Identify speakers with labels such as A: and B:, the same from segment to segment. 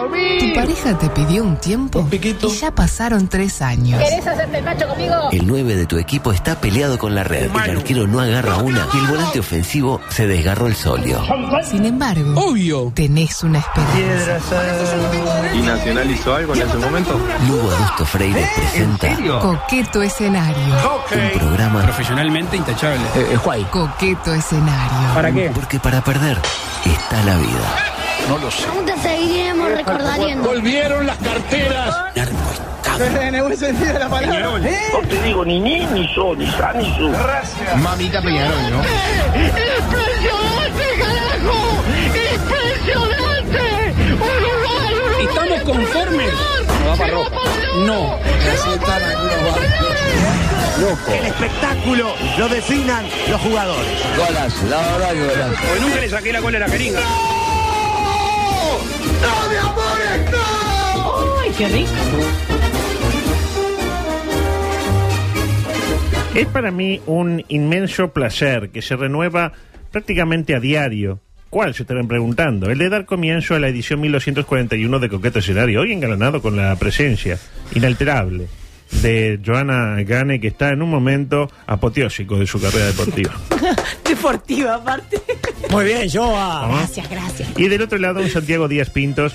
A: dormir!
B: pareja te pidió un tiempo
A: Un piquito.
B: y ya pasaron tres años.
C: ¿Querés hacerte el macho conmigo?
D: El 9 de tu equipo está peleado con la red, el arquero no agarra una y el volante ofensivo se desgarró el solio.
B: Sin embargo,
A: ¡Obvio!
B: tenés una esperanza.
E: ¿Y Nacional hizo algo en ese momento?
D: Lugo Augusto Freire presenta
B: Coqueto escenario.
D: un programa
A: Profesionalmente intachable.
B: Coqueto escenario.
A: ¿Para qué?
D: porque para perder está la vida.
F: Aún te seguiremos recordaríando.
A: ¡Volvieron las carteras!
E: Mamita Peñarol, ¿no?
F: ¡Impresionante, carajo! ¡Impresionante! ¡Uruguay, Uruguay!
A: ¿Estamos conformes? No.
G: espectáculo lo definan los jugadores.
A: Porque nunca le saqué la cola a la jeringa.
H: Es para mí un inmenso placer que se renueva prácticamente a diario. ¿Cuál? Se estarán preguntando. El de dar comienzo a la edición 1241 de Coqueto Escenario, hoy engalanado con la presencia inalterable de Joana Gane, que está en un momento apoteósico de su carrera deportiva.
I: Deportiva, aparte.
G: Muy bien, ah. Joa.
I: Gracias, gracias.
H: Y del otro lado, un Santiago Díaz Pintos,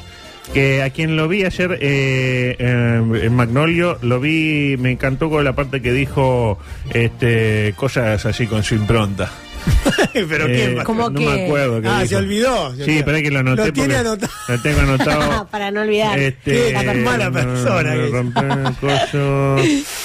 H: que a quien lo vi ayer eh, eh, en Magnolio, lo vi, me encantó con la parte que dijo este, cosas así con su impronta.
G: Pero
H: Eh,
G: quién va?
I: ¿Cómo
H: no
I: que?
H: me acuerdo. qué
G: Ah,
H: dijo.
G: se olvidó, se
H: Sí,
G: olvidó.
H: pero es que lo anoté.
G: Lo tiene
H: porque
G: anotado.
H: Lo tengo anotado.
I: Para no olvidar.
H: Este,
G: Qué mala
H: no,
G: persona que es.
H: romper el coso.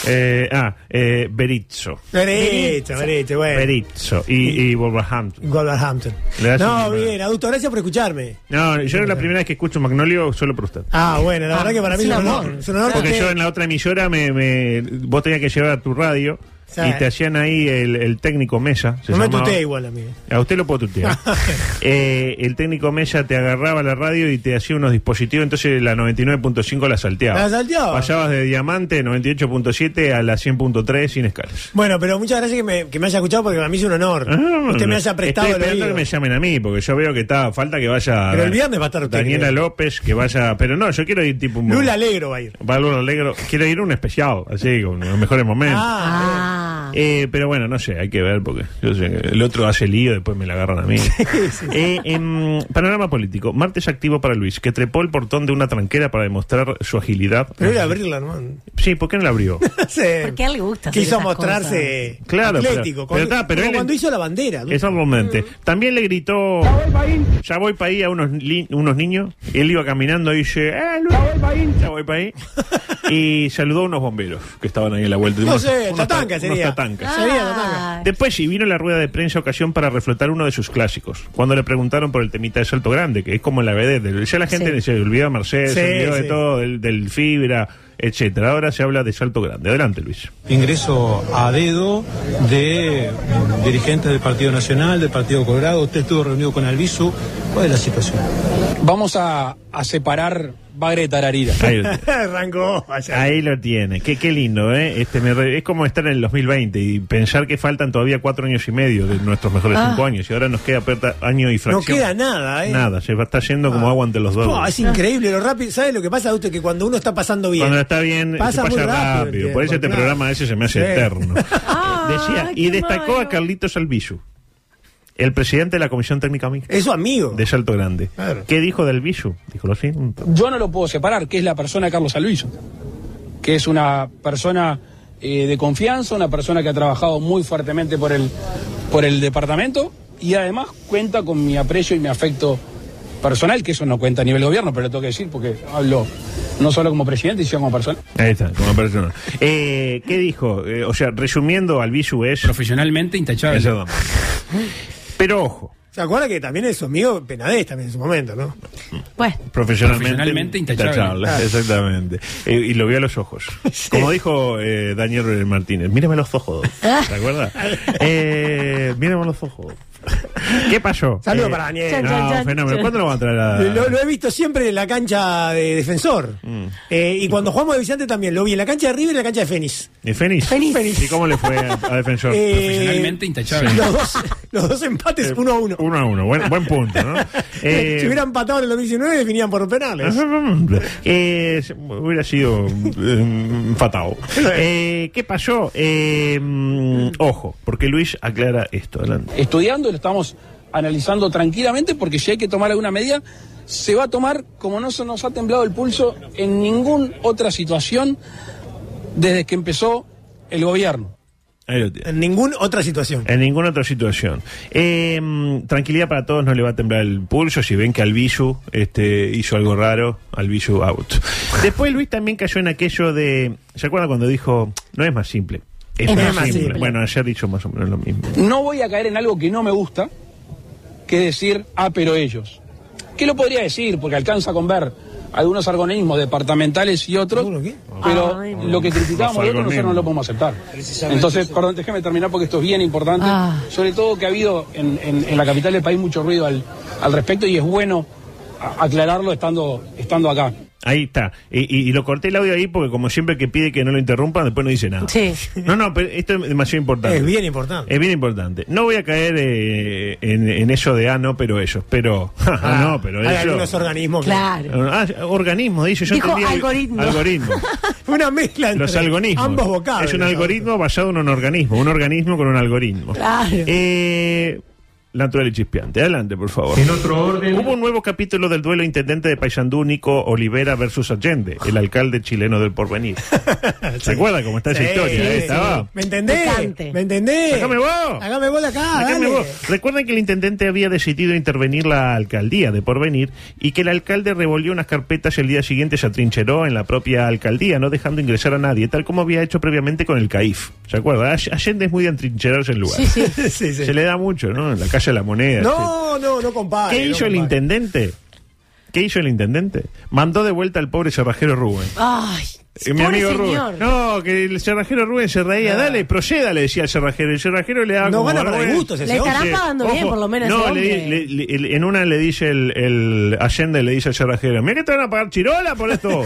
H: Eh, ah, eh, Berizzo.
G: Derecho, derecho, bueno.
H: Berizzo y, y Wolverhampton.
G: Wolverhampton.
H: Le das
G: No,
H: un-
G: bien, adulto, gracias por escucharme.
H: No, yo era la primera vez que escucho Magnolio solo por usted.
G: Ah, bueno, la verdad que para mí
I: es
G: es
I: un
G: un honor.
I: amor.
G: Es un honor
H: Porque
G: porque-
H: yo en la otra emisora me, me- vos tenías que llevar tu radio
G: Sí.
H: y te hacían ahí el, el técnico mesa. se
G: No me
H: llamaba.
G: tuteé igual, amigo.
H: A usted lo puedo tutear. Eh, el técnico Mesa te agarraba la radio y te hacía unos dispositivos, entonces la 99.5 la salteaba.
G: La salteaba.
H: Pasabas de diamante 98.7 a la 100.3 sin escalas.
G: Bueno, pero muchas gracias que me, que me haya escuchado porque para mí es un honor. Usted me haya prestado
H: Ah, Estoy
G: el
H: esperando
G: oído.
H: que me llamen a mí, porque yo veo que está falta que vaya.
G: Pero el viernes va a estar usted,
H: Daniela
G: creo.
H: López, que vaya. Pero no, yo quiero ir tipo un.
G: Lula Alegro va a ir.
H: Va Lula Alegro. Quiero ir un especial, así, con los mejores momentos.
G: Ah,
I: Ah.
H: Eh, pero bueno, no sé, hay que ver porque yo sé que el otro hace lío, después me la agarran a mí. Eh, em, panorama político. Martes activo para Luis, que trepó el portón de una tranquera para demostrar su agilidad.
G: pero era abrirla, hermano.
H: Sí, ¿por qué no la abrió?
G: No sé.
I: Porque a él le gusta hacer
G: Quiso
I: esas
G: mostrarse
H: Claro, pero-
G: atlético.
H: pero
G: como-
H: está, pero
G: como
H: él-
G: cuando hizo la bandera. ¿no?
H: Exactamente. También le gritó. Ya voy para ahí a unos, li- unos niños. Él iba caminando y dice: "Eh, Luis, Ya voy para ahí. Y saludó a unos bomberos que estaban ahí en la vuelta.
G: No
H: Unos-
G: sé,
H: unos ta-
G: tatanca
H: unos
G: sería.
H: tatancas.
G: Sería tatanca.
I: Ah.
H: Después sí vino la rueda de prensa ocasión para reflotar uno de sus clásicos. Cuando le preguntaron por el temita de Salto Grande, que es como la vedette. del- Ya la gente
I: Sí.
H: se olvidó de Mercedes, se
G: Sí,
H: olvidó de
G: sí.
H: todo, del, del Fibra, etcétera. Ahora se habla de Salto Grande. Adelante, Luis.
J: ingreso a dedo de dirigentes del Partido Nacional, del Partido Colorado. Usted estuvo reunido con Albizu. ¿Cuál es la situación?
A: Vamos a, a separar Bagre de Tararira.
H: Ahí lo tiene.
G: Arrancó. allá.
H: Ahí lo tiene. Qué, qué lindo, ¿eh? Este, me re- es como estar en el 2020 y pensar que faltan todavía cuatro años y medio de nuestros mejores cinco años. Y ahora nos queda aperta- año y
G: No
H: fracción.
G: queda nada, ¿eh?
H: Ah. Nada, Ah. se va, está yendo como agua ante los dos.
G: Pua, es increíble lo rápido. ¿Sabes lo que pasa, Augusto? Que cuando uno está pasando bien.
H: Cuando está bien,
G: pasa,
H: se
G: muy
H: pasa rápido.
G: rápido. el
H: Por eso
G: tiempo,
H: este
G: claro.
H: programa ese se me hace
G: Sí.
H: eterno.
I: Ah,
H: Decía, y
I: qué
H: destacó
I: malo.
H: a Carlitos Albizu, el presidente de la Comisión Técnica Mixta
G: Es su amigo.
H: de Salto Grande.
G: Claro.
H: ¿Qué dijo de Albizu? Dijo lo siento.
A: Yo no lo puedo separar, que es la persona de Carlos Alviso, que es una persona eh, de confianza, una persona que ha trabajado muy fuertemente por el, por el departamento y además cuenta con mi aprecio y mi afecto personal, que eso no cuenta a nivel gobierno, pero lo tengo que decir porque hablo no solo como presidente, sino como persona.
H: Ahí está, como persona. Eh, ¿Qué dijo? Eh, o sea, resumiendo, Albizu es...
A: Profesionalmente intachable.
H: es Adán. Pero ojo,
G: ¿Se acuerda que también es su amigo Penadez también en su momento, no?
I: Bueno,
H: profesionalmente,
A: Profesionalmente intachable.
G: Ah.
H: intachable, Exactamente. Eh, y lo vio a los ojos. Como dijo eh,
G: Ah.
H: Daniel Martínez, mírame los ojos. ¿Te acuerdas? Eh, mírame los ojos. ¿Qué pasó? Eh,
G: Saludo para Daniel.
I: Chan,
H: No,
I: chan, chan,
H: fenómeno.
I: chan.
H: ¿Cuándo lo van a traer a.?
G: Lo, lo he visto siempre en la cancha de defensor.
H: Mm.
G: Eh, y cuando jugamos de visitante también, lo vi en la cancha de River y en la cancha de Fénix.
H: ¿Y Fénix?
G: Fénix.
H: ¿Y cómo le fue a, a Defensor?
G: Eh,
K: Profesionalmente intachable.
G: Los dos, los dos empates, uno a uno.
H: Uno a uno. Buen, buen punto, ¿no? Eh,
G: si hubieran empatado en el 2019, definían por penales.
H: Eh, se- hubiera sido eh, fatal. Eh, ¿Qué pasó? Eh, mm, ojo, porque Luis aclara esto. Adelante.
A: estudiando, lo estamos analizando tranquilamente, porque si hay que tomar alguna medida, se va a tomar como no se nos ha temblado el pulso en ninguna otra situación desde que empezó el gobierno.
H: Ahí lo tiene.
G: En ninguna otra situación.
H: En ninguna otra situación. Eh, mm, tranquilidad para todos, no le va a temblar el pulso. Si ven que Albizu este, hizo algo raro, Albizu out. Después Luis también cayó en aquello de. ¿Se acuerdan cuando dijo, no es más simple? Es, más, simple. Bueno, ayer dicho más o menos lo mismo.
A: No voy a caer en algo que no me gusta, que decir, ah, pero ellos. ¿Qué lo podría decir? Porque alcanza con ver algunos organismos departamentales y otros,
G: ¿Alguno qué?
A: pero
I: Ay,
A: lo que criticábamos de otros nosotros no
H: algoritmo.
A: lo podemos aceptar. Entonces, perdón, déjeme terminar porque esto es bien importante,
I: Ah.
A: sobre todo que ha habido en, en- en la capital del país mucho ruido al, al respecto y es bueno a- aclararlo estando, estando acá.
H: Ahí está. Y, y- y lo corté el audio ahí porque como siempre que pide que no lo interrumpan, después no dice nada.
I: Sí.
H: No, no, pero esto es demasiado importante. Eh,
G: Es bien importante.
H: Es bien importante. No voy a caer eh, en, en eso de, ah, no, pero ellos. Pero, ah, no, pero
G: Hay
H: ellos.
G: algunos organismos. que-
I: Claro.
H: Ah, organismo, dice. Yo
I: Dijo
H: entendía-
I: algoritmo.
H: Algoritmo.
G: Fue una mezcla entre
H: Los algoritmos.
G: ambos vocales.
H: Es un algoritmo basado en un organismo. Un organismo con un algoritmo.
I: Claro.
H: Eh, natural y chispeante. Adelante, por favor.
J: En otro orden.
H: Hubo un nuevo capítulo del duelo intendente de Paysandú, Nico Olivera versus Allende, el alcalde chileno del Porvenir. ¿Se acuerdan cómo está esa
G: Sí,
H: historia? Ahí
G: sí.
H: estaba.
G: ¿Me entendés?
I: Picante.
G: ¿Me entendés?
H: Sacame vos.
G: Hágame vos de acá.
H: Sacame
G: Ah, dale.
H: vos. Recuerden que el intendente había decidido intervenir la alcaldía de Porvenir y que el alcalde revolvió unas carpetas y el día siguiente se atrincheró en la propia alcaldía, no dejando ingresar a nadie, tal como había hecho previamente con el CAIF. ¿Se acuerdan? Ay- Allende es muy de atrincherarse en lugar.
G: Sí, sí.
H: Se le da mucho, ¿no? En la calle de la moneda. etcétera.
G: No, no, no compare.
H: ¿Qué
G: no
H: hizo el
G: compare.
H: intendente? ¿Qué hizo el intendente? Mandó de vuelta al pobre cerrajero Rubén.
I: Ay,
H: Y mi
I: pobre
H: amigo
I: señor.
H: Rubén. No, que el cerrajero Rubén se reía. Dale, proceda, le decía al cerrajero. El cerrajero le daba
G: Ah. No
H: como
G: van a perder
H: vergüenza.
G: gustos
I: Le
G: ese
I: estará
G: hombre.
H: Sí.
I: pagando bien,
H: Ojo,
I: por lo menos.
H: No,
I: ese
H: le-
I: hombre.
H: le- le- el- en una le dice el, el Allende, le dice al cerrajero, mira que te van a pagar chirola por esto.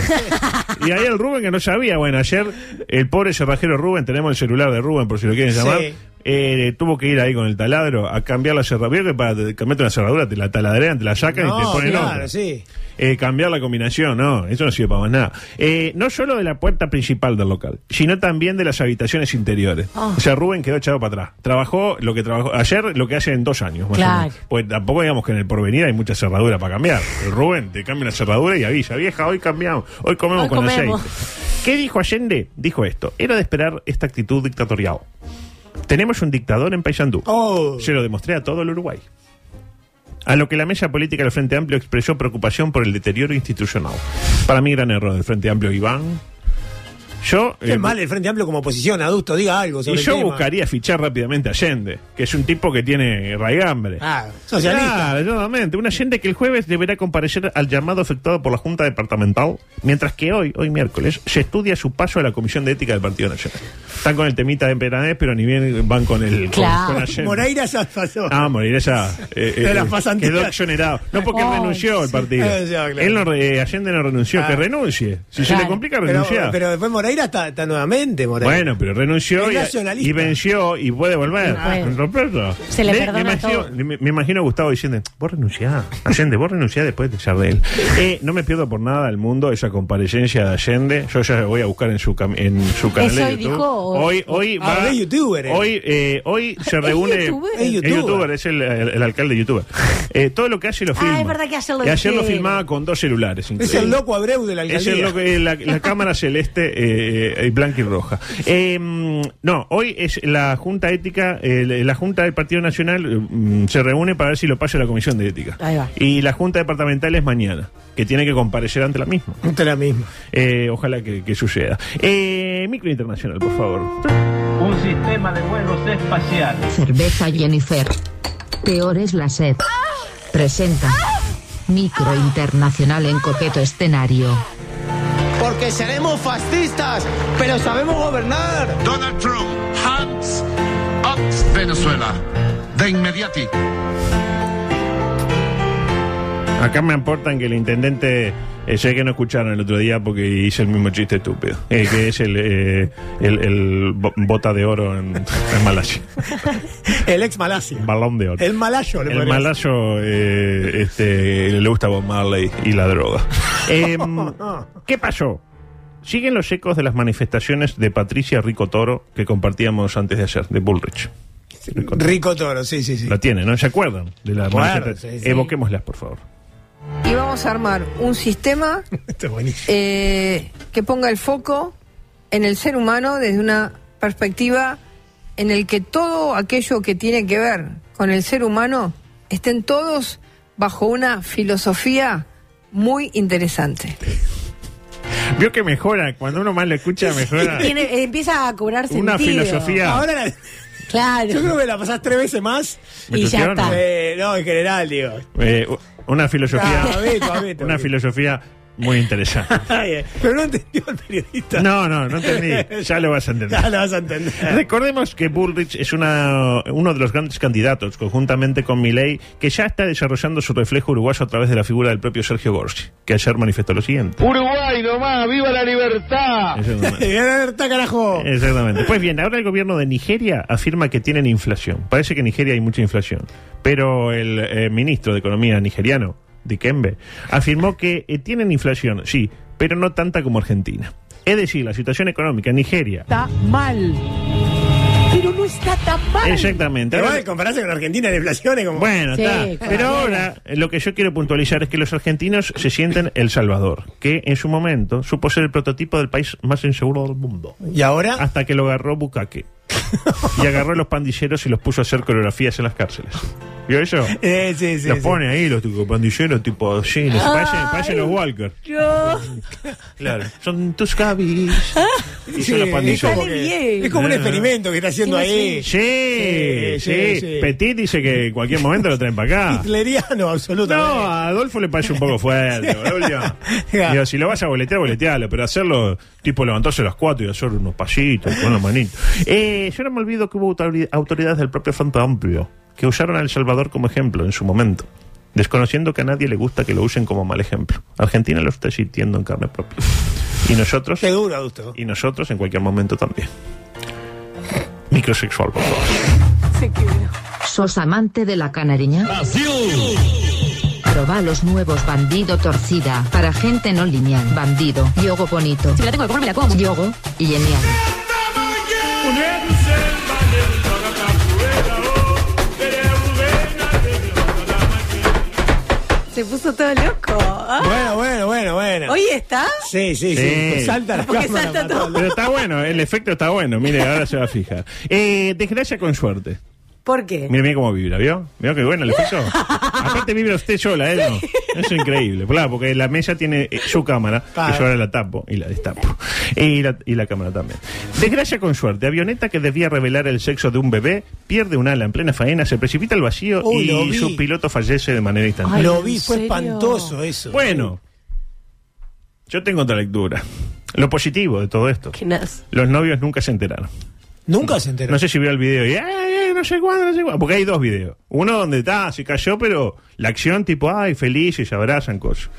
H: y ahí el Rubén que no sabía, bueno, ayer el pobre cerrajero Rubén, tenemos el celular de Rubén por si lo quieren
G: Sí.
H: llamar. eh, tuvo que ir ahí con el taladro a cambiar la cerradura, que para te- cambiarte una cerradura te la taladrean, te la sacan y te
G: No,
H: ponen
G: claro,
H: otra.
G: sí.
H: Eh, cambiar la combinación, no, eso no sirve para más nada. Eh, no solo de la puerta principal del local, sino también de las habitaciones interiores.
I: Ah.
H: O sea, Rubén quedó echado para atrás. Trabajó lo que trabajó ayer, lo que hace en dos años. Más
I: Claro.
H: o menos. Pues tampoco digamos que en el porvenir hay mucha cerradura para cambiar. El Rubén te cambia una cerradura y avisa, vieja, hoy cambiamos, hoy comemos
I: Hoy
H: con
I: comemos.
H: aceite. ¿Qué dijo Allende? Dijo esto, era de esperar esta actitud dictatorial. Tenemos un dictador en Paysandú.
G: Oh.
H: Se lo demostré a todo el Uruguay. A lo que la mesa política del Frente Amplio expresó preocupación por el deterioro institucional. Para mí, gran error del Frente Amplio, Iván. Yo,
G: Qué
H: eh,
G: mal el Frente Amplio como oposición, adusto, diga algo
H: y
G: sobre el
H: yo
G: tema.
H: buscaría fichar rápidamente a Allende, que es un tipo que tiene raigambre.
G: Ah, socialista.
H: Claro, exactamente. Un agente que el jueves deberá comparecer al llamado efectuado por la Junta Departamental, mientras que hoy, hoy miércoles, se estudia su paso a la Comisión de Ética del Partido Nacional. Están con el temita de Peranés, pero ni bien van con el con-
I: Claro.
H: con Allende.
G: Moreira ya pasó.
H: Ah, morir esa. Eh,
G: De
H: eh,
G: las pasantías.
H: Quedó exonerado. No, porque
I: Ay,
H: renunció al partido.
G: Eh, ya, claro.
H: Él no, re- eh, Allende no renunció,
G: Ah.
H: que renuncie. Si se
I: Claro.
H: le complica,
G: pero,
H: renuncia.
G: pero después Moreira está, está nuevamente, Moreira.
H: bueno, pero renunció
G: Es
H: y,
G: nacionalista.
H: y venció y puede volver.
I: Ah.
H: Roberto.
I: Se le
H: Me-
I: perdona
H: me imagino,
I: todo.
H: Me, me imagino a Gustavo diciendo, vos renunciá, Allende, vos renunciá después de Chardel. Eh, no me pierdo por nada del mundo esa comparecencia de Allende. Yo ya voy a buscar en su, cam- en su canal de
I: hoy
H: YouTube.
I: dijo, o-
H: hoy, hoy
G: Ah,
H: va-
G: es youtuber, eh.
H: Hoy, eh, hoy se
I: Es
H: reúne...
I: youtuber.
G: Es
H: Es
G: youtuber.
H: youtuber, es el, el- el alcalde youtuber. Eh, todo lo que hace lo
I: Ah,
H: filma.
I: es verdad que ayer lo
H: Y ayer lo
I: dijeron.
H: filmaba con dos celulares.
G: Es
H: increíble.
G: el loco Abreu de la
H: Es
G: alcaldía.
H: el loco, eh, la, la cámara celeste eh, eh, blanca y roja. Eh, mm, no, hoy es la Junta Ética, eh, la- la Junta del Partido Nacional eh, mm, se reúne para ver si lo pasa a la Comisión de Ética.
I: Ahí va.
H: Y la Junta Departamental es mañana, que tiene que comparecer ante la misma.
G: Esto es la misma.
H: Eh, ojalá que, que suceda. Eh, micro internacional, por favor.
J: Un sistema de vuelos espacial.
C: Cerveza Jennifer. Peor es la sed. Presenta. Micro Internacional en coqueto escenario.
J: Porque seremos fascistas, pero sabemos gobernar.
K: Donald Trump, hands up Venezuela, de inmediati.
H: Acá me aportan que el intendente, eh, sé que no escucharon el otro día porque hice el mismo chiste estúpido, eh, que es el, eh, el, el bo- bota de oro en, en Malasia,
G: El ex Malasia.
H: balón de oro.
G: El malayo. le
H: El
G: podría decir.
H: malayo eh, este, le gusta Bob Marley y la droga. Em, ¿Qué pasó? Siguen los ecos de las manifestaciones de Patricia Rico Toro que compartíamos antes de ayer, de Bullrich.
G: Rico Toro, sí, sí, sí.
H: La tiene, ¿no? ¿Se acuerdan? De las
G: Claro,
H: manifestaciones.
G: sí, sí.
H: Evoquémoslas, por favor.
L: Y vamos a armar un sistema
G: Esto es buenísimo.
L: eh, que ponga el foco en el ser humano desde una perspectiva en el que todo aquello que tiene que ver con el ser humano estén todos bajo una filosofía muy interesante.
H: Vio que mejora, cuando uno más lo escucha, mejora.
I: Tiene- empieza a cobrar sentido.
H: Una filosofía.
G: Ahora, la-
I: Claro.
G: yo creo que la pasás tres veces más.
H: ¿Me
I: Y ya
H: tutearon?
I: está.
G: Eh, no, en general, digo.
H: Eh, u- una filosofía.
G: Ah, a ver, a ver, a
H: una
G: ver.
H: filosofía muy interesante.
G: Ay, eh, Pero no entendió el periodista.
H: No, no, no entendí. Ya lo vas a entender.
G: Ya lo vas a entender.
H: Recordemos que Bullrich es una, uno de los grandes candidatos, conjuntamente con Milei, que ya está desarrollando su reflejo uruguayo a través de la figura del propio Sergio Gorsi, que ayer manifestó lo siguiente.
E: Uruguay nomás, viva la libertad.
H: Exactamente.
G: Bien, alerta, carajo.
H: Exactamente. Pues bien, ahora el gobierno de Nigeria afirma que tienen inflación. Parece que en Nigeria hay mucha inflación. Pero el eh, ministro de Economía nigeriano, Dikembe, afirmó que eh, tienen inflación, sí, pero no tanta como Argentina. Es decir, la situación económica en Nigeria.
I: Está mal. Pero no está tan mal.
H: Exactamente.
G: Pero
H: Ahora-
G: igual, compararse con Argentina en inflaciones como.
H: Bueno,
I: Sí,
H: está.
I: claro.
H: Pero ahora eh, lo que yo quiero puntualizar es que los argentinos se sienten El Salvador, que en su momento supo ser el prototipo del país más inseguro del mundo.
G: Y ahora.
H: Hasta que lo agarró Bucaque. y agarró a los pandilleros y los puso a hacer coreografías en las cárceles. ¿Vio eso?
G: Eh, sí, sí.
H: los
G: sí.
H: pone ahí, los tipo, pandilleros, tipo, sí, les parecen, parecen los Walker.
I: Yo.
H: Claro. Son tus cabis. Y
G: Sí,
H: son los
G: es
H: pandilleros.
G: como,
I: Sale
G: que-
I: bien.
G: es como un
H: Ah.
G: experimento que está haciendo ahí.
H: Sí, sí,
G: sí, sí.
H: Petit dice que en cualquier momento lo traen para acá.
G: Hitleriano, absolutamente.
H: No, a Adolfo le parece un poco fuerte, boludo. Digo, si lo vas a boletear, boletealo, pero hacerlo, tipo levantarse a las cuatro y hacer unos pasitos con la manita. Eh, yo no me olvido que hubo autori- autoridades del propio Frente Amplio que usaron a El Salvador como ejemplo en su momento, desconociendo que a nadie le gusta que lo usen como mal ejemplo. Argentina lo está sintiendo en carne propia. Y nosotros,
G: Qué duro, adusto.
H: y nosotros en cualquier momento también. Microsexual, por favor.
C: ¿Sos amante de la canariña? Proba los nuevos Bandido Torcida para gente no lineal. Bandido, yogo bonito. Si la tengo que comer, me la como. Yogo y genial.
I: Se puso todo loco. Ah,
G: Bueno, bueno, bueno, bueno.
I: Hoy está.
G: Sí, sí, sí.
H: Sí.
G: Salta la
I: Porque
G: cámara,
I: salta
G: mató.
I: todo.
H: Pero está bueno, el efecto está bueno. Mire, ahora se va a fijar. Eh, desgracia con suerte.
I: ¿Por
G: Eh.
I: qué?
H: Mire, mire cómo vibra, ¿vio? ¿Vio que bueno el efecto? Aparte vibra usted sola, ¿eh? No. Eso es increíble. Claro, porque la mesa tiene eh, su cámara,
G: Claro.
H: que yo ahora la tapo y la destapo. Y la, y la cámara también. Desgracia con suerte. Avioneta que debía revelar el sexo de un bebé, pierde un ala en plena faena, se precipita al vacío
G: Uy, lo
H: y
G: vi.
H: su piloto fallece de manera instantánea.
G: Lo
I: ¿en
G: vi, fue
I: serio?
G: espantoso eso.
H: Bueno, yo tengo otra lectura. Lo positivo de todo esto.
I: ¿Qué nas?
H: Los novios nunca se enteraron.
G: Nunca se enteró.
H: No sé si vio el video y "Eh, eh, no sé cuándo, no sé cuándo. Porque hay dos videos. Uno donde está, se cayó, pero la acción tipo, ay, feliz y se abrazan, cosas.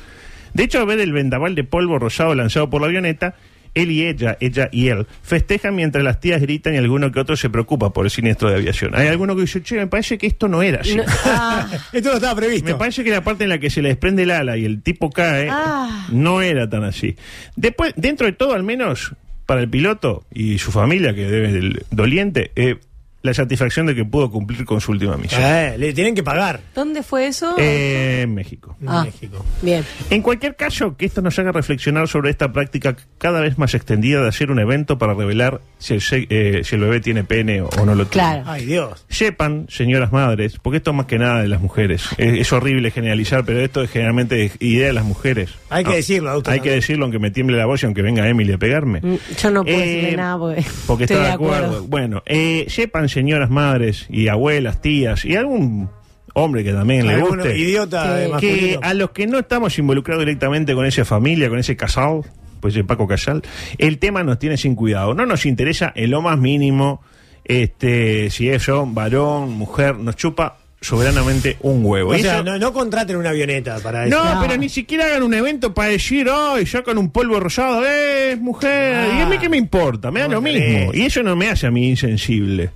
H: De hecho, al ver el vendaval de polvo rosado lanzado por la avioneta, él y ella, ella y él, festejan mientras las tías gritan y alguno que otro se preocupa por el siniestro de aviación. Hay alguno que dice, che, me parece que esto no era así.
I: No, ah,
G: Esto no estaba previsto.
H: Me parece que la parte en la que se le desprende el ala y el tipo cae
I: Ah.
H: no era tan así. Después, dentro de todo, al menos para el piloto y su familia, que debe del doliente, eh, la satisfacción de que pudo cumplir con su última misión.
G: Eh, le tienen que pagar.
I: ¿Dónde fue eso?
H: Eh, en México.
G: en
I: Ah.
G: México.
I: Bien.
H: En cualquier caso, que esto nos haga reflexionar sobre esta práctica cada vez más extendida de hacer un evento para revelar si el, se- eh, si el bebé tiene pene o no lo tiene.
I: Claro.
G: Ay, Dios.
H: Sepan, señoras madres, porque esto más que nada de las mujeres. Es, es horrible generalizar, pero esto es generalmente es idea de las mujeres. Ah,
G: Hay que decirlo, adulto.
H: Hay que decirlo, aunque me tiemble la voz y aunque venga Emily a pegarme.
I: Mm, Yo no puedo
H: Eh,
I: decirle nada porque,
H: Porque
I: estoy
H: está de acuerdo. Bueno, eh, sepan, señoras madres y abuelas, tías y algún hombre que también le
G: Alguno
H: guste, Ah,
G: idiota
I: Sí.
G: eh,
H: que
G: masculino.
H: a los que no estamos involucrados directamente con esa familia, con ese casal, pues el Paco Casal, el tema nos tiene sin cuidado. No nos interesa en lo más mínimo este, si es yo, varón, mujer, nos chupa soberanamente un huevo.
G: O
H: Y
G: sea,
H: eso-
G: no, no contraten una avioneta para eso.
H: no, pero ni siquiera hagan un evento para decir, ay, ya con un polvo rosado, eh, es mujer.
G: Ah.
H: y a mí qué me importa, me da lo mismo. Y eso no me hace a mí insensible.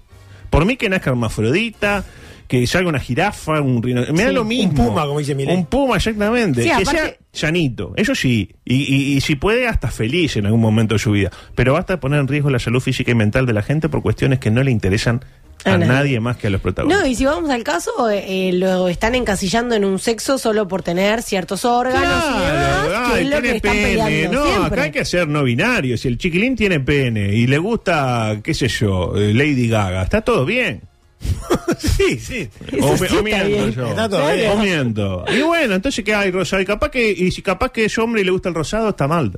H: Por mí que nazca hermafrodita, que salga una jirafa, un rino. Me da
G: Sí,
H: lo
G: un
H: mismo.
G: puma, como dice Milei.
H: Un puma, exactamente.
G: Sí,
H: que
G: aparte-
H: sea sanito, eso sí. Y, y- y si puede, hasta feliz en algún momento de su vida. Pero basta de poner en riesgo la salud física y mental de la gente por cuestiones que no le interesan a,
M: A
H: nadie.
M: nadie.
H: más que a los protagonistas.
M: No, y si vamos al caso, eh, eh, lo están encasillando en un sexo solo por tener ciertos órganos y demás,
H: Claro,
M: que
H: ay,
M: es lo que
H: tiene
M: están
H: pene.
M: peleando
H: No,
M: siempre.
H: acá hay que ser no binario. Si el chiquilín tiene pene y le gusta, qué sé yo, eh, Lady Gaga, está todo bien. sí, sí. O,
G: Eso
H: mi- o
G: sí está
H: miento
G: bien.
H: yo.
G: Está todo bien.
H: O miento. Y bueno, entonces qué hay rosado. Y capaz que, y si capaz que es hombre y le gusta el rosado, está mal.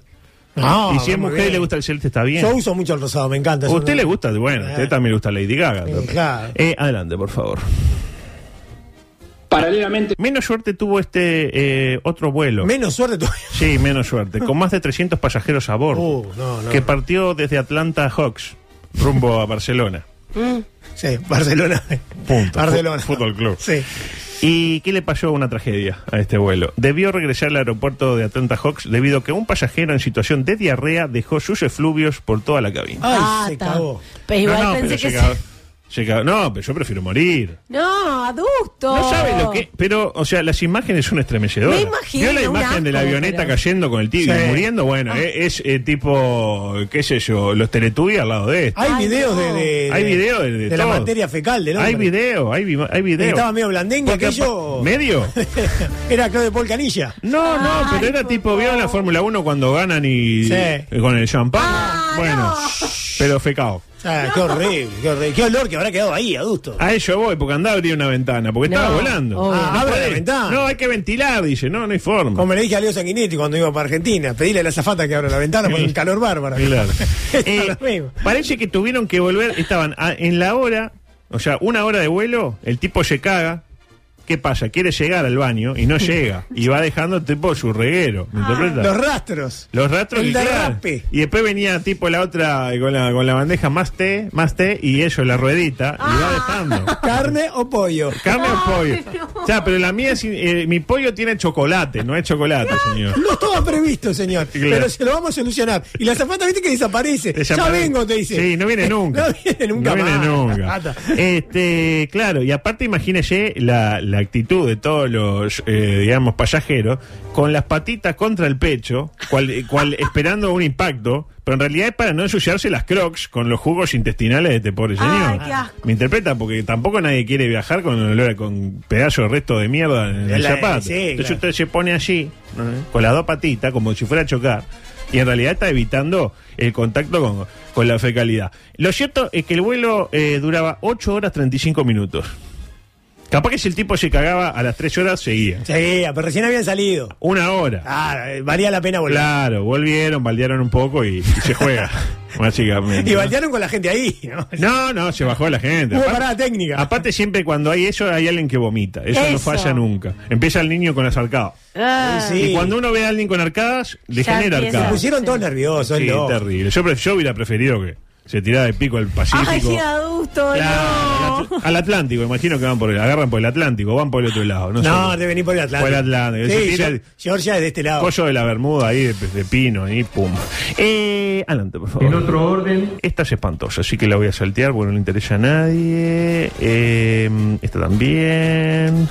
G: No,
H: y si es
G: Ah, muy
H: mujer y
G: bien.
H: le gusta el celeste, está bien.
G: Yo uso mucho el rosado, me encanta.
H: a
G: es
H: usted le
G: una-
H: gusta, bueno, a usted también le gusta Lady Gaga.
G: Eh, claro.
H: Eh, adelante, por favor. Paralelamente. Menos suerte tuvo este eh, otro vuelo.
G: Menos suerte tuve.
H: Sí, menos suerte. Con más de 300 pasajeros a bordo.
G: Uh, no, no.
H: Que partió desde Atlanta a Hawks, rumbo a Barcelona.
G: Sí, Barcelona.
H: Punto.
G: Barcelona.
H: Fu- Fútbol Club.
G: Sí.
H: ¿Y qué le pasó una tragedia a este vuelo? Debió regresar al aeropuerto de Atlanta Hawks debido a que un pasajero en situación de diarrea dejó sus efluvios por toda la cabina.
G: Ay,
M: Ah,
G: se
M: está.
G: cagó.
M: Pero igual
H: no, no,
M: pensé
H: pero
M: que
H: se cagó- se cagó- No, pero yo prefiero morir.
M: No, adusto.
H: No sabe lo que. Pero, o sea, las imágenes son estremecedoras.
M: Me imagino,
H: Vio la
M: un
H: imagen
M: asco,
H: de la avioneta
M: pero- Ah.
H: cayendo con el tibio
G: Sí.
H: y muriendo. Bueno, eh, es, eh, tipo, qué sé yo, los Teletubbies al lado de esto.
G: Hay videos de, de-
H: Hay
G: de-
H: videos de, de
G: la
H: todo.
G: materia fecal del
H: Hay
G: hombre.
H: video, hay, vi- hay video.
G: Estaba medio blandengue
H: Porque
G: aquello.
H: apa- ¿Medio?
G: Era Claudio Paul Canilla.
H: No, no, pero era tipo, ¿vieron la Fórmula 1 cuando ganan y
G: Sí.
H: y con el champán? bueno, pero fecao.
G: Ah, Qué horrible, qué horrible. Qué olor que habrá quedado ahí, adusto.
H: A ello voy, porque andaba a abrir una ventana, porque
G: No,
H: estaba volando.
G: obvio. Ah, abre la
H: podés.
G: ventana.
H: No, hay que ventilar, dice, no, no hay forma.
G: Como le dije a Leo Sanguinetti cuando iba para Argentina, pedíle a la zafata que abra la ventana por un calor bárbaro.
H: Claro. Eh,
G: lo mismo.
H: parece que tuvieron que volver, estaban a- en la hora, o sea, una hora de vuelo, el tipo se caga. ¿Qué pasa? Quiere llegar al baño y no llega. Y va dejando el tipo su reguero. ¿Me interpreta?
G: Ah. Los rastros.
H: Los rastros
G: El
H: y, claro.
G: derrape.
H: y después venía tipo la otra eh, con la, con la bandeja más té, más té y eso, la ruedita, y
G: Ah.
H: va dejando.
G: ¿Carne o pollo?
H: Carne o pollo. O sea, pero la mía, es, eh, mi pollo tiene chocolate, no es chocolate, señor.
G: No estaba previsto, señor.
H: Claro.
G: Pero se lo vamos a solucionar. Y la zafata, viste que desaparece.
H: Desaparece.
G: Ya vengo, te dice.
H: Sí, no viene nunca.
G: no viene nunca
H: No viene
G: más.
H: nunca. Este, claro, y aparte imagínese la, la actitud de todos los, eh, digamos, pasajeros, con las patitas contra el pecho, cual, eh, cual esperando un impacto, pero en realidad es para no ensuciarse las crocs con los jugos intestinales de este pobre señor.
M: qué asco.
H: Me interpreta, porque tampoco nadie quiere viajar con, olor a- con pedazo de resto de mierda en el
G: La-
H: zapato.
G: sí,
H: Entonces
G: claro.
H: usted se pone allí, ¿no? con las dos patitas, como si fuera a chocar. Y en realidad está evitando el contacto con, con la fecalidad. Lo cierto es que el vuelo eh, duraba 8 horas 35 minutos. Capaz que si el tipo se cagaba a las 3 horas, seguía.
G: Sí, pero recién habían salido.
H: Una hora.
G: Ah, eh, valía la pena volver.
H: Claro, volvieron, baldearon un poco y, y se juega, básicamente.
G: Y
H: ¿no?
G: baldearon con la gente ahí, ¿no?
H: No, no, se bajó la gente.
G: Hubo
H: Aparte-
G: parada técnica.
H: Aparte, siempre cuando hay eso, hay alguien que vomita. Eso, no
M: Eso.
H: falla nunca. Empieza el niño con las arcadas.
M: Ah,
G: Sí.
H: Y cuando uno ve a alguien con arcadas, le
M: Ya
H: genera
M: empieza.
G: Se
H: arcadas.
G: pusieron todos nerviosos,
H: Sí,
G: es loco.
H: terrible. Yo, pref- yo hubiera preferido que se tirara de pico al Pacífico.
M: Ay, qué adusto,
H: Claro,
M: no.
H: al Atl- al Atlántico, imagino que van por el, agarran por el Atlántico, van por el otro lado. No,
G: No,
H: sé.
G: de venir por el Atlántico.
H: Por el Atlántico. Se
G: Sí,
H: tira
G: Gio-
H: el-
G: Georgia es de este lado.
H: Pollo de la Bermuda ahí de, de pino y pum. Eh, adelante, por favor. En otro orden. Esta es espantosa, así que la voy a saltear porque no le interesa a nadie. Eh, esta también.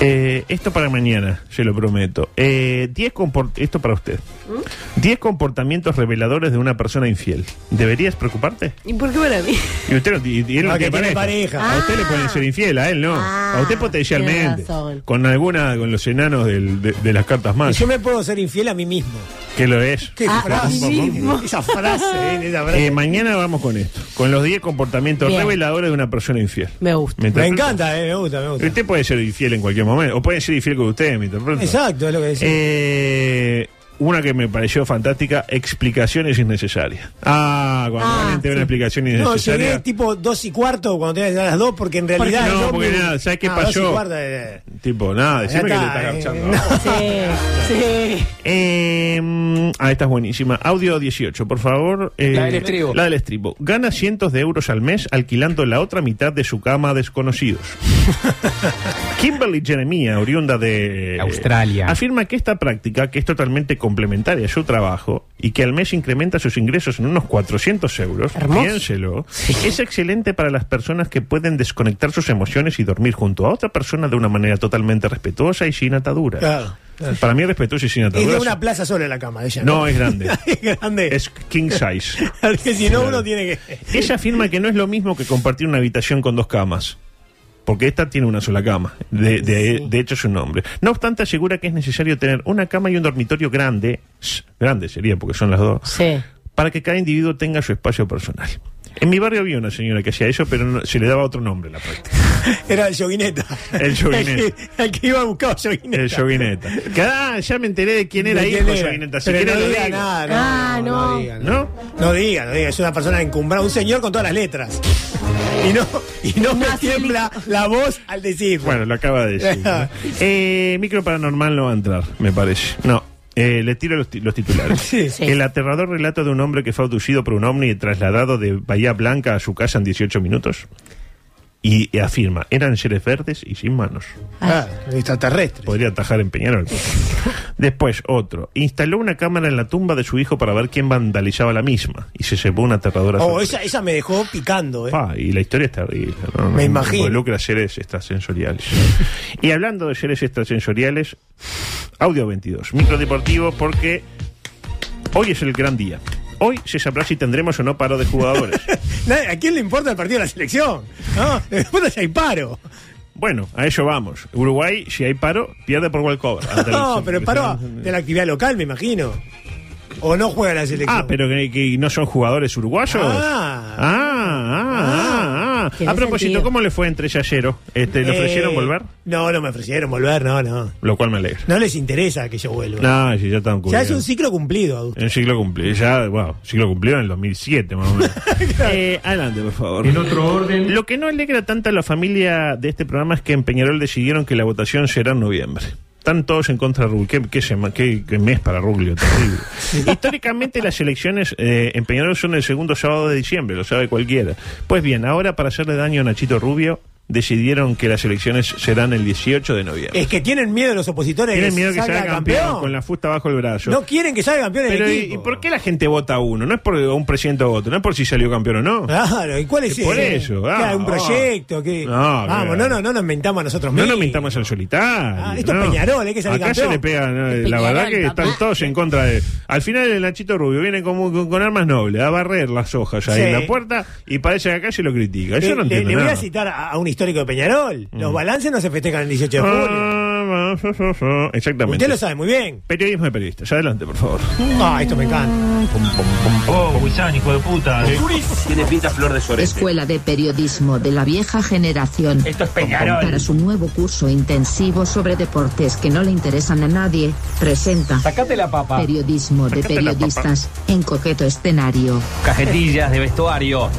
H: Eh, esto para mañana, se lo prometo. Eh, 10 comport- esto para usted.
M: ¿Mm?
H: 10 comportamientos reveladores de una persona infiel. ¿Deberías preocuparte?
M: ¿Y por qué para mí?
H: Y usted no, y- y él no
G: Ah, que
H: tiene
G: tiene
H: pareja.
G: pareja.
H: A usted le pueden ser infiel, a él no. a usted
M: Ah,
H: potencialmente.
M: tiene razón.
H: Con alguna, con los enanos del- de, de las cartas
G: Y
H: más.
G: yo me puedo ser infiel a mí mismo.
H: Que lo es.
G: Qué
M: Ah,
G: frase.
M: a mí mismo.
G: Esa frase, ¿eh? esa frase.
H: Eh, mañana vamos con esto, con los 10 comportamientos
M: Bien.
H: reveladores de una persona infiel.
M: Me gusta.
H: ¿Me
G: me
H: interpreta?
G: encanta, eh, me gusta, me gusta.
H: Usted puede ser infiel en cualquier momento, o puede ser infiel con usted, ¿me interpreta?
G: Exacto, es lo que decía.
H: Eh, una que me pareció fantástica, explicaciones innecesarias. Ah, cuando
G: Ah,
H: alguien te da una
G: sí.
H: explicación
G: No,
H: innecesaria.
G: llegué tipo dos y cuarto cuando tenías que dar las dos, porque en
H: no,
G: realidad. el ómnibus-
H: porque nada, ¿sabes qué
G: Ah,
H: pasó?
G: dos y cuarto, eh,
H: tipo, nada, decime
G: ya
H: que te está
G: está, eh,
H: capchando.
M: Sí,
H: Eh, ah, esta es buenísima. Audio 18, por favor. eh,
K: La del estribo.
H: La del estribo. Gana cientos de euros al mes alquilando la otra mitad de su cama a desconocidos. Kimberly Jeremiah, oriunda de Australia, afirma que esta práctica, que es totalmente complementaria a su trabajo y que al mes incrementa sus ingresos en unos 400 euros,
M: Hermoso.
H: piénselo, es excelente para las personas que pueden desconectar sus emociones y dormir junto a otra persona de una manera totalmente respetuosa y sin ataduras.
G: Claro, claro.
H: Para mí, respetuoso y sin
G: Es de
H: ataduras.
G: una plaza sola la cama de ella.
H: No, es grande.
G: es grande.
H: Es king size.
G: Porque si no, uno tiene que.
H: Ella afirma que no es lo mismo que compartir una habitación con dos camas. Porque esta tiene una sola cama. De, de- de hecho, es un nombre. No obstante, asegura que es necesario tener una cama y un dormitorio grande. sh, Grande sería, porque son las dos.
M: sí.
H: Para que cada individuo tenga su espacio personal. En mi barrio había una señora que hacía eso, pero no- se le daba otro nombre a la práctica.
G: Era el yoguineta.
H: El yoguineta.
G: El que, el que iba a buscar yoguineta.
H: El yoguineta. Que, ah, ya me enteré de quién era
G: ¿De
H: hijo
G: quién
H: de
G: era?
H: yoguineta. Si
G: Pero
H: quieres
G: no
H: lo
G: diga
H: digo.
G: nada, no,
M: Ah, no.
G: diga, no.
H: ¿No?
G: No diga, no diga, es una persona encumbrada, un señor con todas las letras. Y no, y no me tiembla la voz al decir.
H: Bueno, lo acaba de decir. ¿no? Eh, micro paranormal no va a entrar, me parece. No. Eh, le tiro los, ti- los titulares.
M: Sí.
H: El aterrador relato de un hombre que fue abducido por un ovni y trasladado de Bahía Blanca a su casa en 18 minutos. Y afirma, eran seres verdes y sin manos.
G: Ah, extraterrestre.
H: Podría atajar en Peñarol. Después, otro. Instaló una cámara en la tumba de su hijo para ver quién vandalizaba la misma. Y se llevó una aterradora.
G: Oh,
H: sorpresa.
G: esa, esa me dejó picando, ¿eh?
H: Pa, y la historia es terrible. ¿no?
G: Me imagino.
H: Involucra seres extrasensoriales. y hablando de seres extrasensoriales, audio 22, microdeportivo, porque hoy es el gran día. Hoy se sabrá si tendremos o no paro de jugadores.
G: Nadie- ¿A quién le importa el partido de la selección? ¿No? Le importa si hay paro.
H: bueno, a eso vamos. Uruguay, si hay paro, pierde por walkover. ante la
G: No,
H: selección
G: pero paro de la actividad local, me imagino. O no juega la selección.
H: Ah, pero que, que no son jugadores uruguayos.
G: Ah.
H: ah, ah, ah.
M: Tiene
H: A propósito,
M: sentido.
H: ¿cómo le fue entre Yallero? Este, ¿Le ofrecieron
G: Eh,
H: volver?
G: No, no me ofrecieron volver, no, no.
H: Lo cual me alegra.
G: No les interesa que yo vuelva.
H: No, si ya están
G: ya es un
H: cubriendo.
G: ciclo cumplido, Augusto.
H: En ciclo cumplido, ya, wow, ciclo cumplido en el 2007 más o menos. Eh, adelante, por favor. En otro orden. Lo que no alegra tanto a la familia de este programa es que en Peñarol decidieron que la votación será en noviembre. Están todos en contra de Rubio. ¿Qué, qué sema- qué- qué mes para Rubio? Terrible. Históricamente las elecciones eh, en Peñarol son el segundo sábado de diciembre, lo sabe cualquiera. Pues bien, ahora para hacerle daño a Nachito Rubio, decidieron que las elecciones serán el 18 de noviembre.
G: Es que tienen miedo los opositores de
H: Tienen miedo que
G: Eh, salga
H: sea campeón, con la fusta bajo el brazo.
G: No quieren que salga campeón
H: Pero
G: el
H: ¿y,
G: equipo.
H: y por qué la gente vota a uno? No es por un presidente o otro, no es por si salió campeón o no.
G: Claro, ¿y cuál es
H: Y por
G: ese?
H: eso,
G: ¿Qué,
H: ah,
G: ¿Un
H: ah.
G: proyecto? ¿Qué?
H: No,
G: Vamos,
H: mira.
G: no, no, no nos mentamos a nosotros
H: No
G: mismos.
H: nos mintamos al solitario.
G: Ah, esto es
H: ¿no?
G: Peñarol, hay que salir
H: Acá
G: campeón.
H: se le pega, ¿no?
G: Es
H: la verdad
G: Peñarol,
H: que
G: papá.
H: están todos en contra de. Al final el Nachito Rubio viene como- con, con armas nobles a barrer las hojas ahí
G: Sí.
H: en la puerta y parece que acá se lo critica. Yo
G: Le,
H: no
G: le-
H: entiendo
G: le voy
H: nada. Mm.
G: a citar a, a un histórico de Peñarol. Los balances no se festejan el 18 de julio.
H: Ah, ah, ah, ah, ah. Exactamente.
G: Usted lo sabe muy bien.
H: Periodismo de periodistas. Adelante, por favor.
G: Ah, esto me encanta.
N: Oh, Guisán, hijo de puta. Tiene pinta flor de sorete.
C: Escuela de Periodismo de la Vieja Generación.
N: Esto es Peñarol.
C: Para su nuevo curso intensivo sobre deportes que no le interesan a nadie, presenta
K: Sacate la
O: Ah.
K: papa.
C: Periodismo de
K: Sacate la papa.
C: Periodistas en coqueto escenario.
N: Cajetillas de vestuario.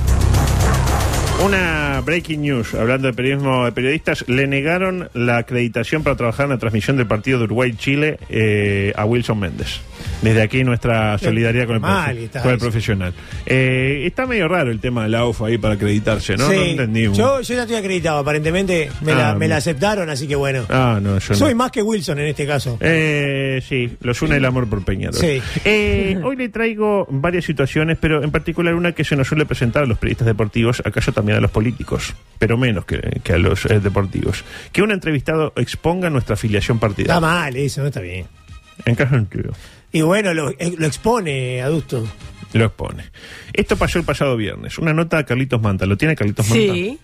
H: Una breaking news, hablando de periodismo de periodistas, le negaron la acreditación para trabajar en la transmisión del partido de Uruguay-Chile eh, a Wilson Méndez. Desde aquí nuestra solidaridad con el,
G: Mal
H: profe-
G: está
H: con el
G: eso.
H: profesional. Eh, está medio raro el tema de la UFA ahí para acreditarse, ¿no?
G: Sí.
H: No entendimos.
G: Yo, yo ya estoy acreditado, aparentemente me,
H: Ah,
G: la, me la
H: bien.
G: aceptaron, así que bueno.
H: Ah, no, yo no.
G: Soy más que Wilson en este caso.
H: Eh, sí, los une el amor por Peñarol.
G: Sí.
H: Eh, hoy le traigo varias situaciones, pero en particular una que se nos suele presentar a los periodistas deportivos, acaso también a los políticos, pero menos que, que a los eh, deportivos. Que un entrevistado exponga nuestra afiliación
G: Está
H: partidaria.
G: mal eso, no está bien.
H: En caso sentido.
G: Y bueno, lo, eh, lo expone adusto.
H: Lo expone. Esto pasó el pasado viernes. Una nota a Carlitos Manta. ¿Lo tiene Carlitos Manta?
M: Sí.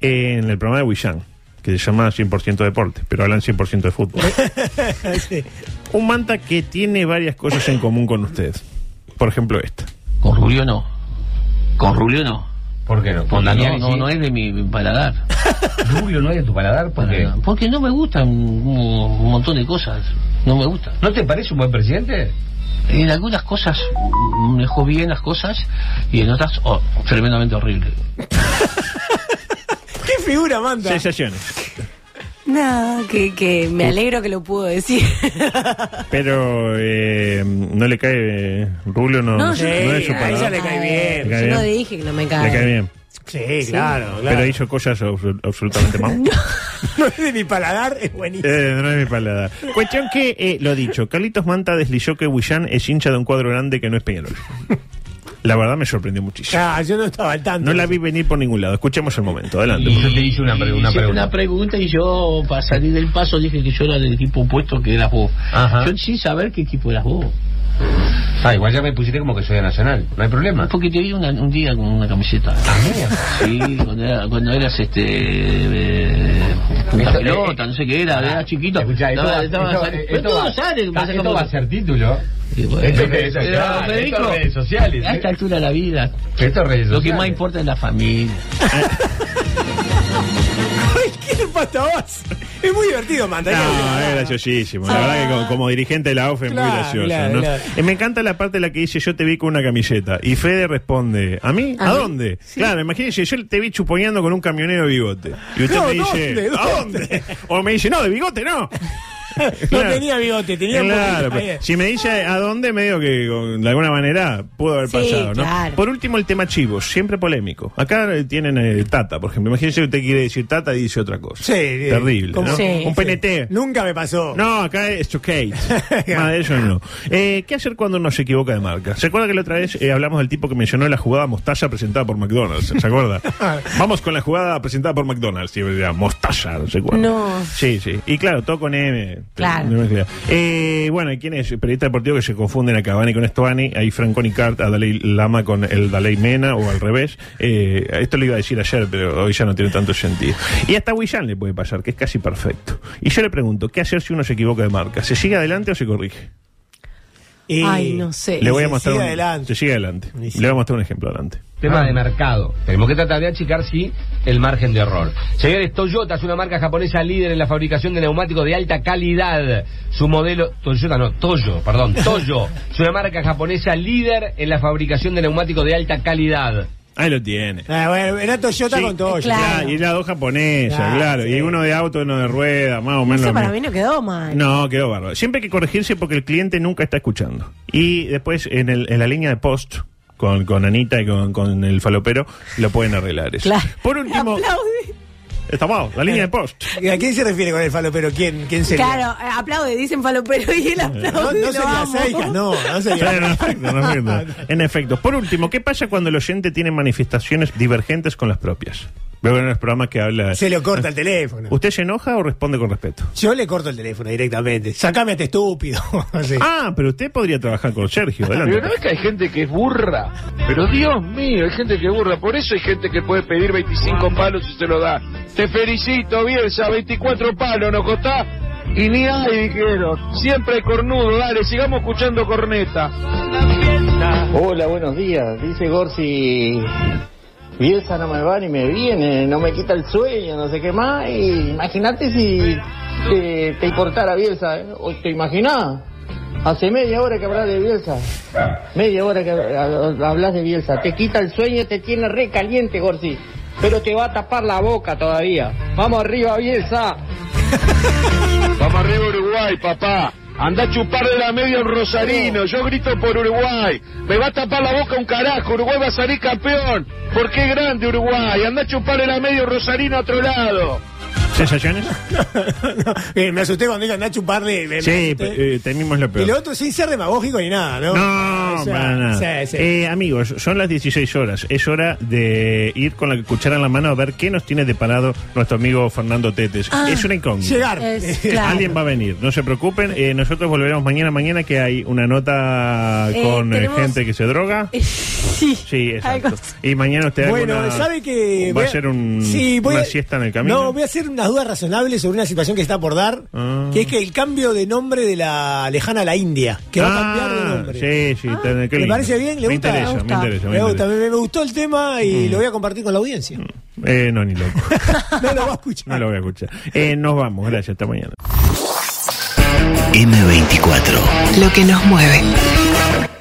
H: Eh, en el programa de Wishan, que se llama 100% Deporte, pero hablan 100% de fútbol. Un Manta que tiene varias cosas en común con usted. Por ejemplo, esta.
K: Con Rubio no. Con Rubio no.
O: ¿Por qué no?
D: Porque
O: Con Damiani
D: no, no,
O: sí.
D: no es de mi paladar.
O: Rubio no es de tu paladar porque
D: Para- Porque no me gustan un, un montón de cosas. No me gusta.
O: ¿No te parece un buen presidente?
D: En algunas cosas mm, me dejó bien las cosas y en otras oh, tremendamente horrible.
G: ¿Qué figura manda?
H: Sensaciones.
I: No, que, que me alegro que lo pudo decir.
H: Pero eh, no le cae. eh, Rubio no,
I: No,
H: no,
I: yo
H: no
I: no-
H: es su
I: a
H: palabra.
I: ella le cae
H: Le
M: bien.
H: cae
M: Yo no
H: bien.
M: dije que no me cae.
H: Le cae bien.
G: Sí,
M: Sí.
G: claro, claro.
H: Pero hizo cosas abs- absolutamente mal.
G: No es de mi paladar, es buenísimo.
H: Eh, no es mi paladar. Cuestión que, eh, lo dicho, Carlitos Manta deslizó que Huillán es hincha de un cuadro grande que no es Peñarol. La verdad me sorprendió muchísimo.
G: Ah, yo no estaba al tanto.
H: Eh, No la vi venir por ningún lado. Escuchemos el momento. Adelante.
D: Y-
O: una pre- una
D: hice
O: pregunta.
D: una pregunta y yo, para salir del paso, dije que yo era del equipo opuesto que eras vos.
O: Ajá.
D: Yo sin saber qué equipo eras vos.
O: Ah, igual ya me pusiste como que soy de Nacional. No hay problema.
D: Porque te vi una- un día con una camiseta. Sí, cuando, era- cuando eras este. eh, punta
O: Esto- eh, ah,
D: pelota, no sé qué era, eras chiquito.
O: Escuchá, esto
D: Estaba-
O: va-
D: estaba-
O: esto-
D: pero
O: esto
D: todo
O: va- Ah,
D: sale,
O: esto
D: pasa como-
O: va a ser título.
D: Y bueno,
O: Esto es
D: pero,
O: redes sociales, esto es
D: Federico,
O: redes sociales,
D: A
O: ¿eh?
D: esta altura de la vida,
O: Esto es redes
D: lo que
O: sociales.
D: más importa es la familia.
G: Cualquier patabás. Es muy divertido, manda. hay que
H: No, eh,
G: hablar.
H: es graciosísimo. La verdad que como, como dirigente de la OFE es
G: Claro,
H: muy gracioso.
G: claro,
H: ¿no?
G: claro.
H: Eh, me encanta la parte en la que dice yo te vi con una camiseta. Y Fede responde, ¿a mí? ¿A,
G: ¿A mí?
H: dónde? Claro, imagínense, yo te vi chuponeando con un camionero de bigote. Y usted
G: No,
H: me dice,
G: ¿dónde?
H: ¿a dónde? O me dice, no, de bigote no.
G: No tenía bigote, tenía un
H: Claro,
G: poquito-
H: pero si me dice a dónde, medio que con- de alguna manera pudo haber
G: Sí,
H: pasado, ¿no?
G: claro.
H: Por último, el tema chivo, siempre polémico. Acá eh, tienen eh, Tata, por ejemplo. Imagínense que usted quiere decir Tata y dice otra cosa.
G: Sí, eh,
H: Terrible,
G: como-
H: ¿no?
G: sí,
H: Un
G: sí.
H: PNT.
G: Nunca me pasó.
H: No, acá es Chocate. Más de eso no. Eh, ¿Qué hacer cuando uno se equivoca de marca? ¿Se acuerda que la otra vez eh, hablamos del tipo que mencionó la jugada mostaza presentada por McDonald's? ¿Se acuerda? Vamos con la jugada presentada por McDonald's. Y yo decía, mostaza, no sé cuál.
I: No.
H: Sí, sí. Y claro, todo con M.
I: Claro.
H: No me queda. Eh, bueno, ¿y ¿quién es? Periodista deportivo que se confunden a Cavani con Estovani, ahí Franconi Cart, a Dalai Lama con el Dalai Mena o al revés. Eh, esto lo iba a decir ayer, pero hoy ya no tiene tanto sentido. Y hasta Willian le puede pasar, que es casi perfecto. Y yo le pregunto, ¿qué hacer si uno se equivoca de marca? ¿Se sigue adelante o se corrige?
G: Y-
I: Ay, no sé.
H: le voy a
G: se
H: mostrar
G: sigue
H: un,
G: adelante.
H: Se sigue adelante. Le voy a mostrar un ejemplo adelante.
O: Tema de mercado. Tenemos que tratar de achicar, sí, el margen de error. Señores, Toyota es una marca japonesa líder en la fabricación de neumáticos de alta calidad. Su modelo, Toyota no, Toyo, perdón, Toyo, es una marca japonesa líder en la fabricación de neumáticos de alta calidad.
H: Ahí lo tiene.
G: Ah, bueno, era Toyota
H: Sí,
G: con Toyota.
H: Y la- Y las dos japonesas, claro.
G: Claro,
H: Y uno de auto, uno de rueda, más o menos.
M: Eso
H: lo
M: para
H: mismo.
M: mí no quedó mal.
H: No, quedó bárbaro. Siempre hay que corregirse porque el cliente nunca está escuchando. Y después en, el- en la línea de post con, con Anita y con, con el falopero lo pueden arreglar eso.
I: Claro.
H: Por último,
I: Aplaude.
H: está mal, la línea de post.
G: ¿A quién se refiere con el falopero? ¿Quién, quién sería?
I: Claro, eh, aplaude, dicen falopero y él
H: Eh.
G: No,
I: aplaude.
G: no
I: lo
G: sería
I: amo.
G: Seika, no, no sería.
H: Claro, en efecto, en efecto. En efecto. Por último, ¿qué pasa cuando el oyente tiene manifestaciones divergentes con las propias? Veo en los programas que habla.
G: Se le corta el teléfono.
H: ¿Usted se enoja o responde con respeto?
G: Yo le corto el teléfono directamente. Sacame a este estúpido. Sí.
H: Ah, pero usted podría trabajar con Sergio. Adelante.
E: Pero no es que hay gente que es burra. Pero Dios mío, hay gente que es burra. Por eso hay gente que puede pedir 25 palos y se lo da. Te felicito, Bielsa, 24 palos nos costá. Y ni hay, dijeron. Siempre hay cornudo, dale, sigamos escuchando corneta.
P: Hola, buenos días. Dice Gorsi, Bielsa no me va ni me viene, no me quita el sueño, no sé qué más. Y imagínate si eh, te importara Bielsa, ¿eh? ¿O ¿te imaginás? Hace media hora que hablas de Bielsa. Media hora que ha- hablas de Bielsa. Te quita el sueño, te tiene re caliente, Gorsi. Pero te va a tapar la boca todavía. Vamos arriba, Bielsa.
E: Vamos arriba Uruguay, papá. Anda a chupar de la media un rosarino. Yo grito por Uruguay. Me va a tapar la boca un carajo. Uruguay va a salir campeón. Porque es grande Uruguay. Anda a chupar de la media un rosarino a otro lado.
H: ¿Sensaciones?
G: No, eh, me asusté cuando dijo andá a chuparle. me- me
H: Sí,
G: asusté.
H: pe- eh, temimos lo
G: y
H: peor.
G: lo otro sin ser demagógico ni nada, ¿no?
H: No,
G: O sea,
H: para nada.
G: sí, sí.
H: Eh, amigos, son las 16 horas. Es hora de ir con la cuchara en la mano a ver qué nos tiene deparado nuestro amigo Fernando Tetes.
G: Ah,
H: es una incógnita.
G: Llegar.
I: Es- claro.
H: Alguien va a venir, no se preocupen. Eh, nosotros volveremos mañana. Mañana que hay una nota
I: Eh,
H: con eh,
I: tenemos-
H: gente que se droga.
I: Sí.
H: Sí, exacto.
I: Algo así.
H: Y mañana usted
G: eh, Bueno,
H: alguna-
G: ¿sabe que
H: va
G: voy
H: a ser un,
G: Sí, voy
H: una
G: a-
H: siesta en el camino?
G: No, voy a hacer una unas dudas razonables sobre una situación que está por dar,
H: Ah.
G: que es que el cambio de nombre de la lejana a la India, que va a cambiar de nombre.
H: Ah,
G: Ah,
H: Sí, sí, está- qué
G: ¿Le
H: lindo.
G: parece bien? ¿Le
H: me
G: gusta?
H: Interesa, me interesa, me
G: Me gusta,
H: interesa.
G: me, me gustó el tema y
H: Mm.
G: lo voy a compartir con la audiencia.
H: Eh, no, ni loco. no lo voy a escuchar. Eh, nos vamos, gracias, hasta mañana.
D: M24.
B: Lo que nos mueve.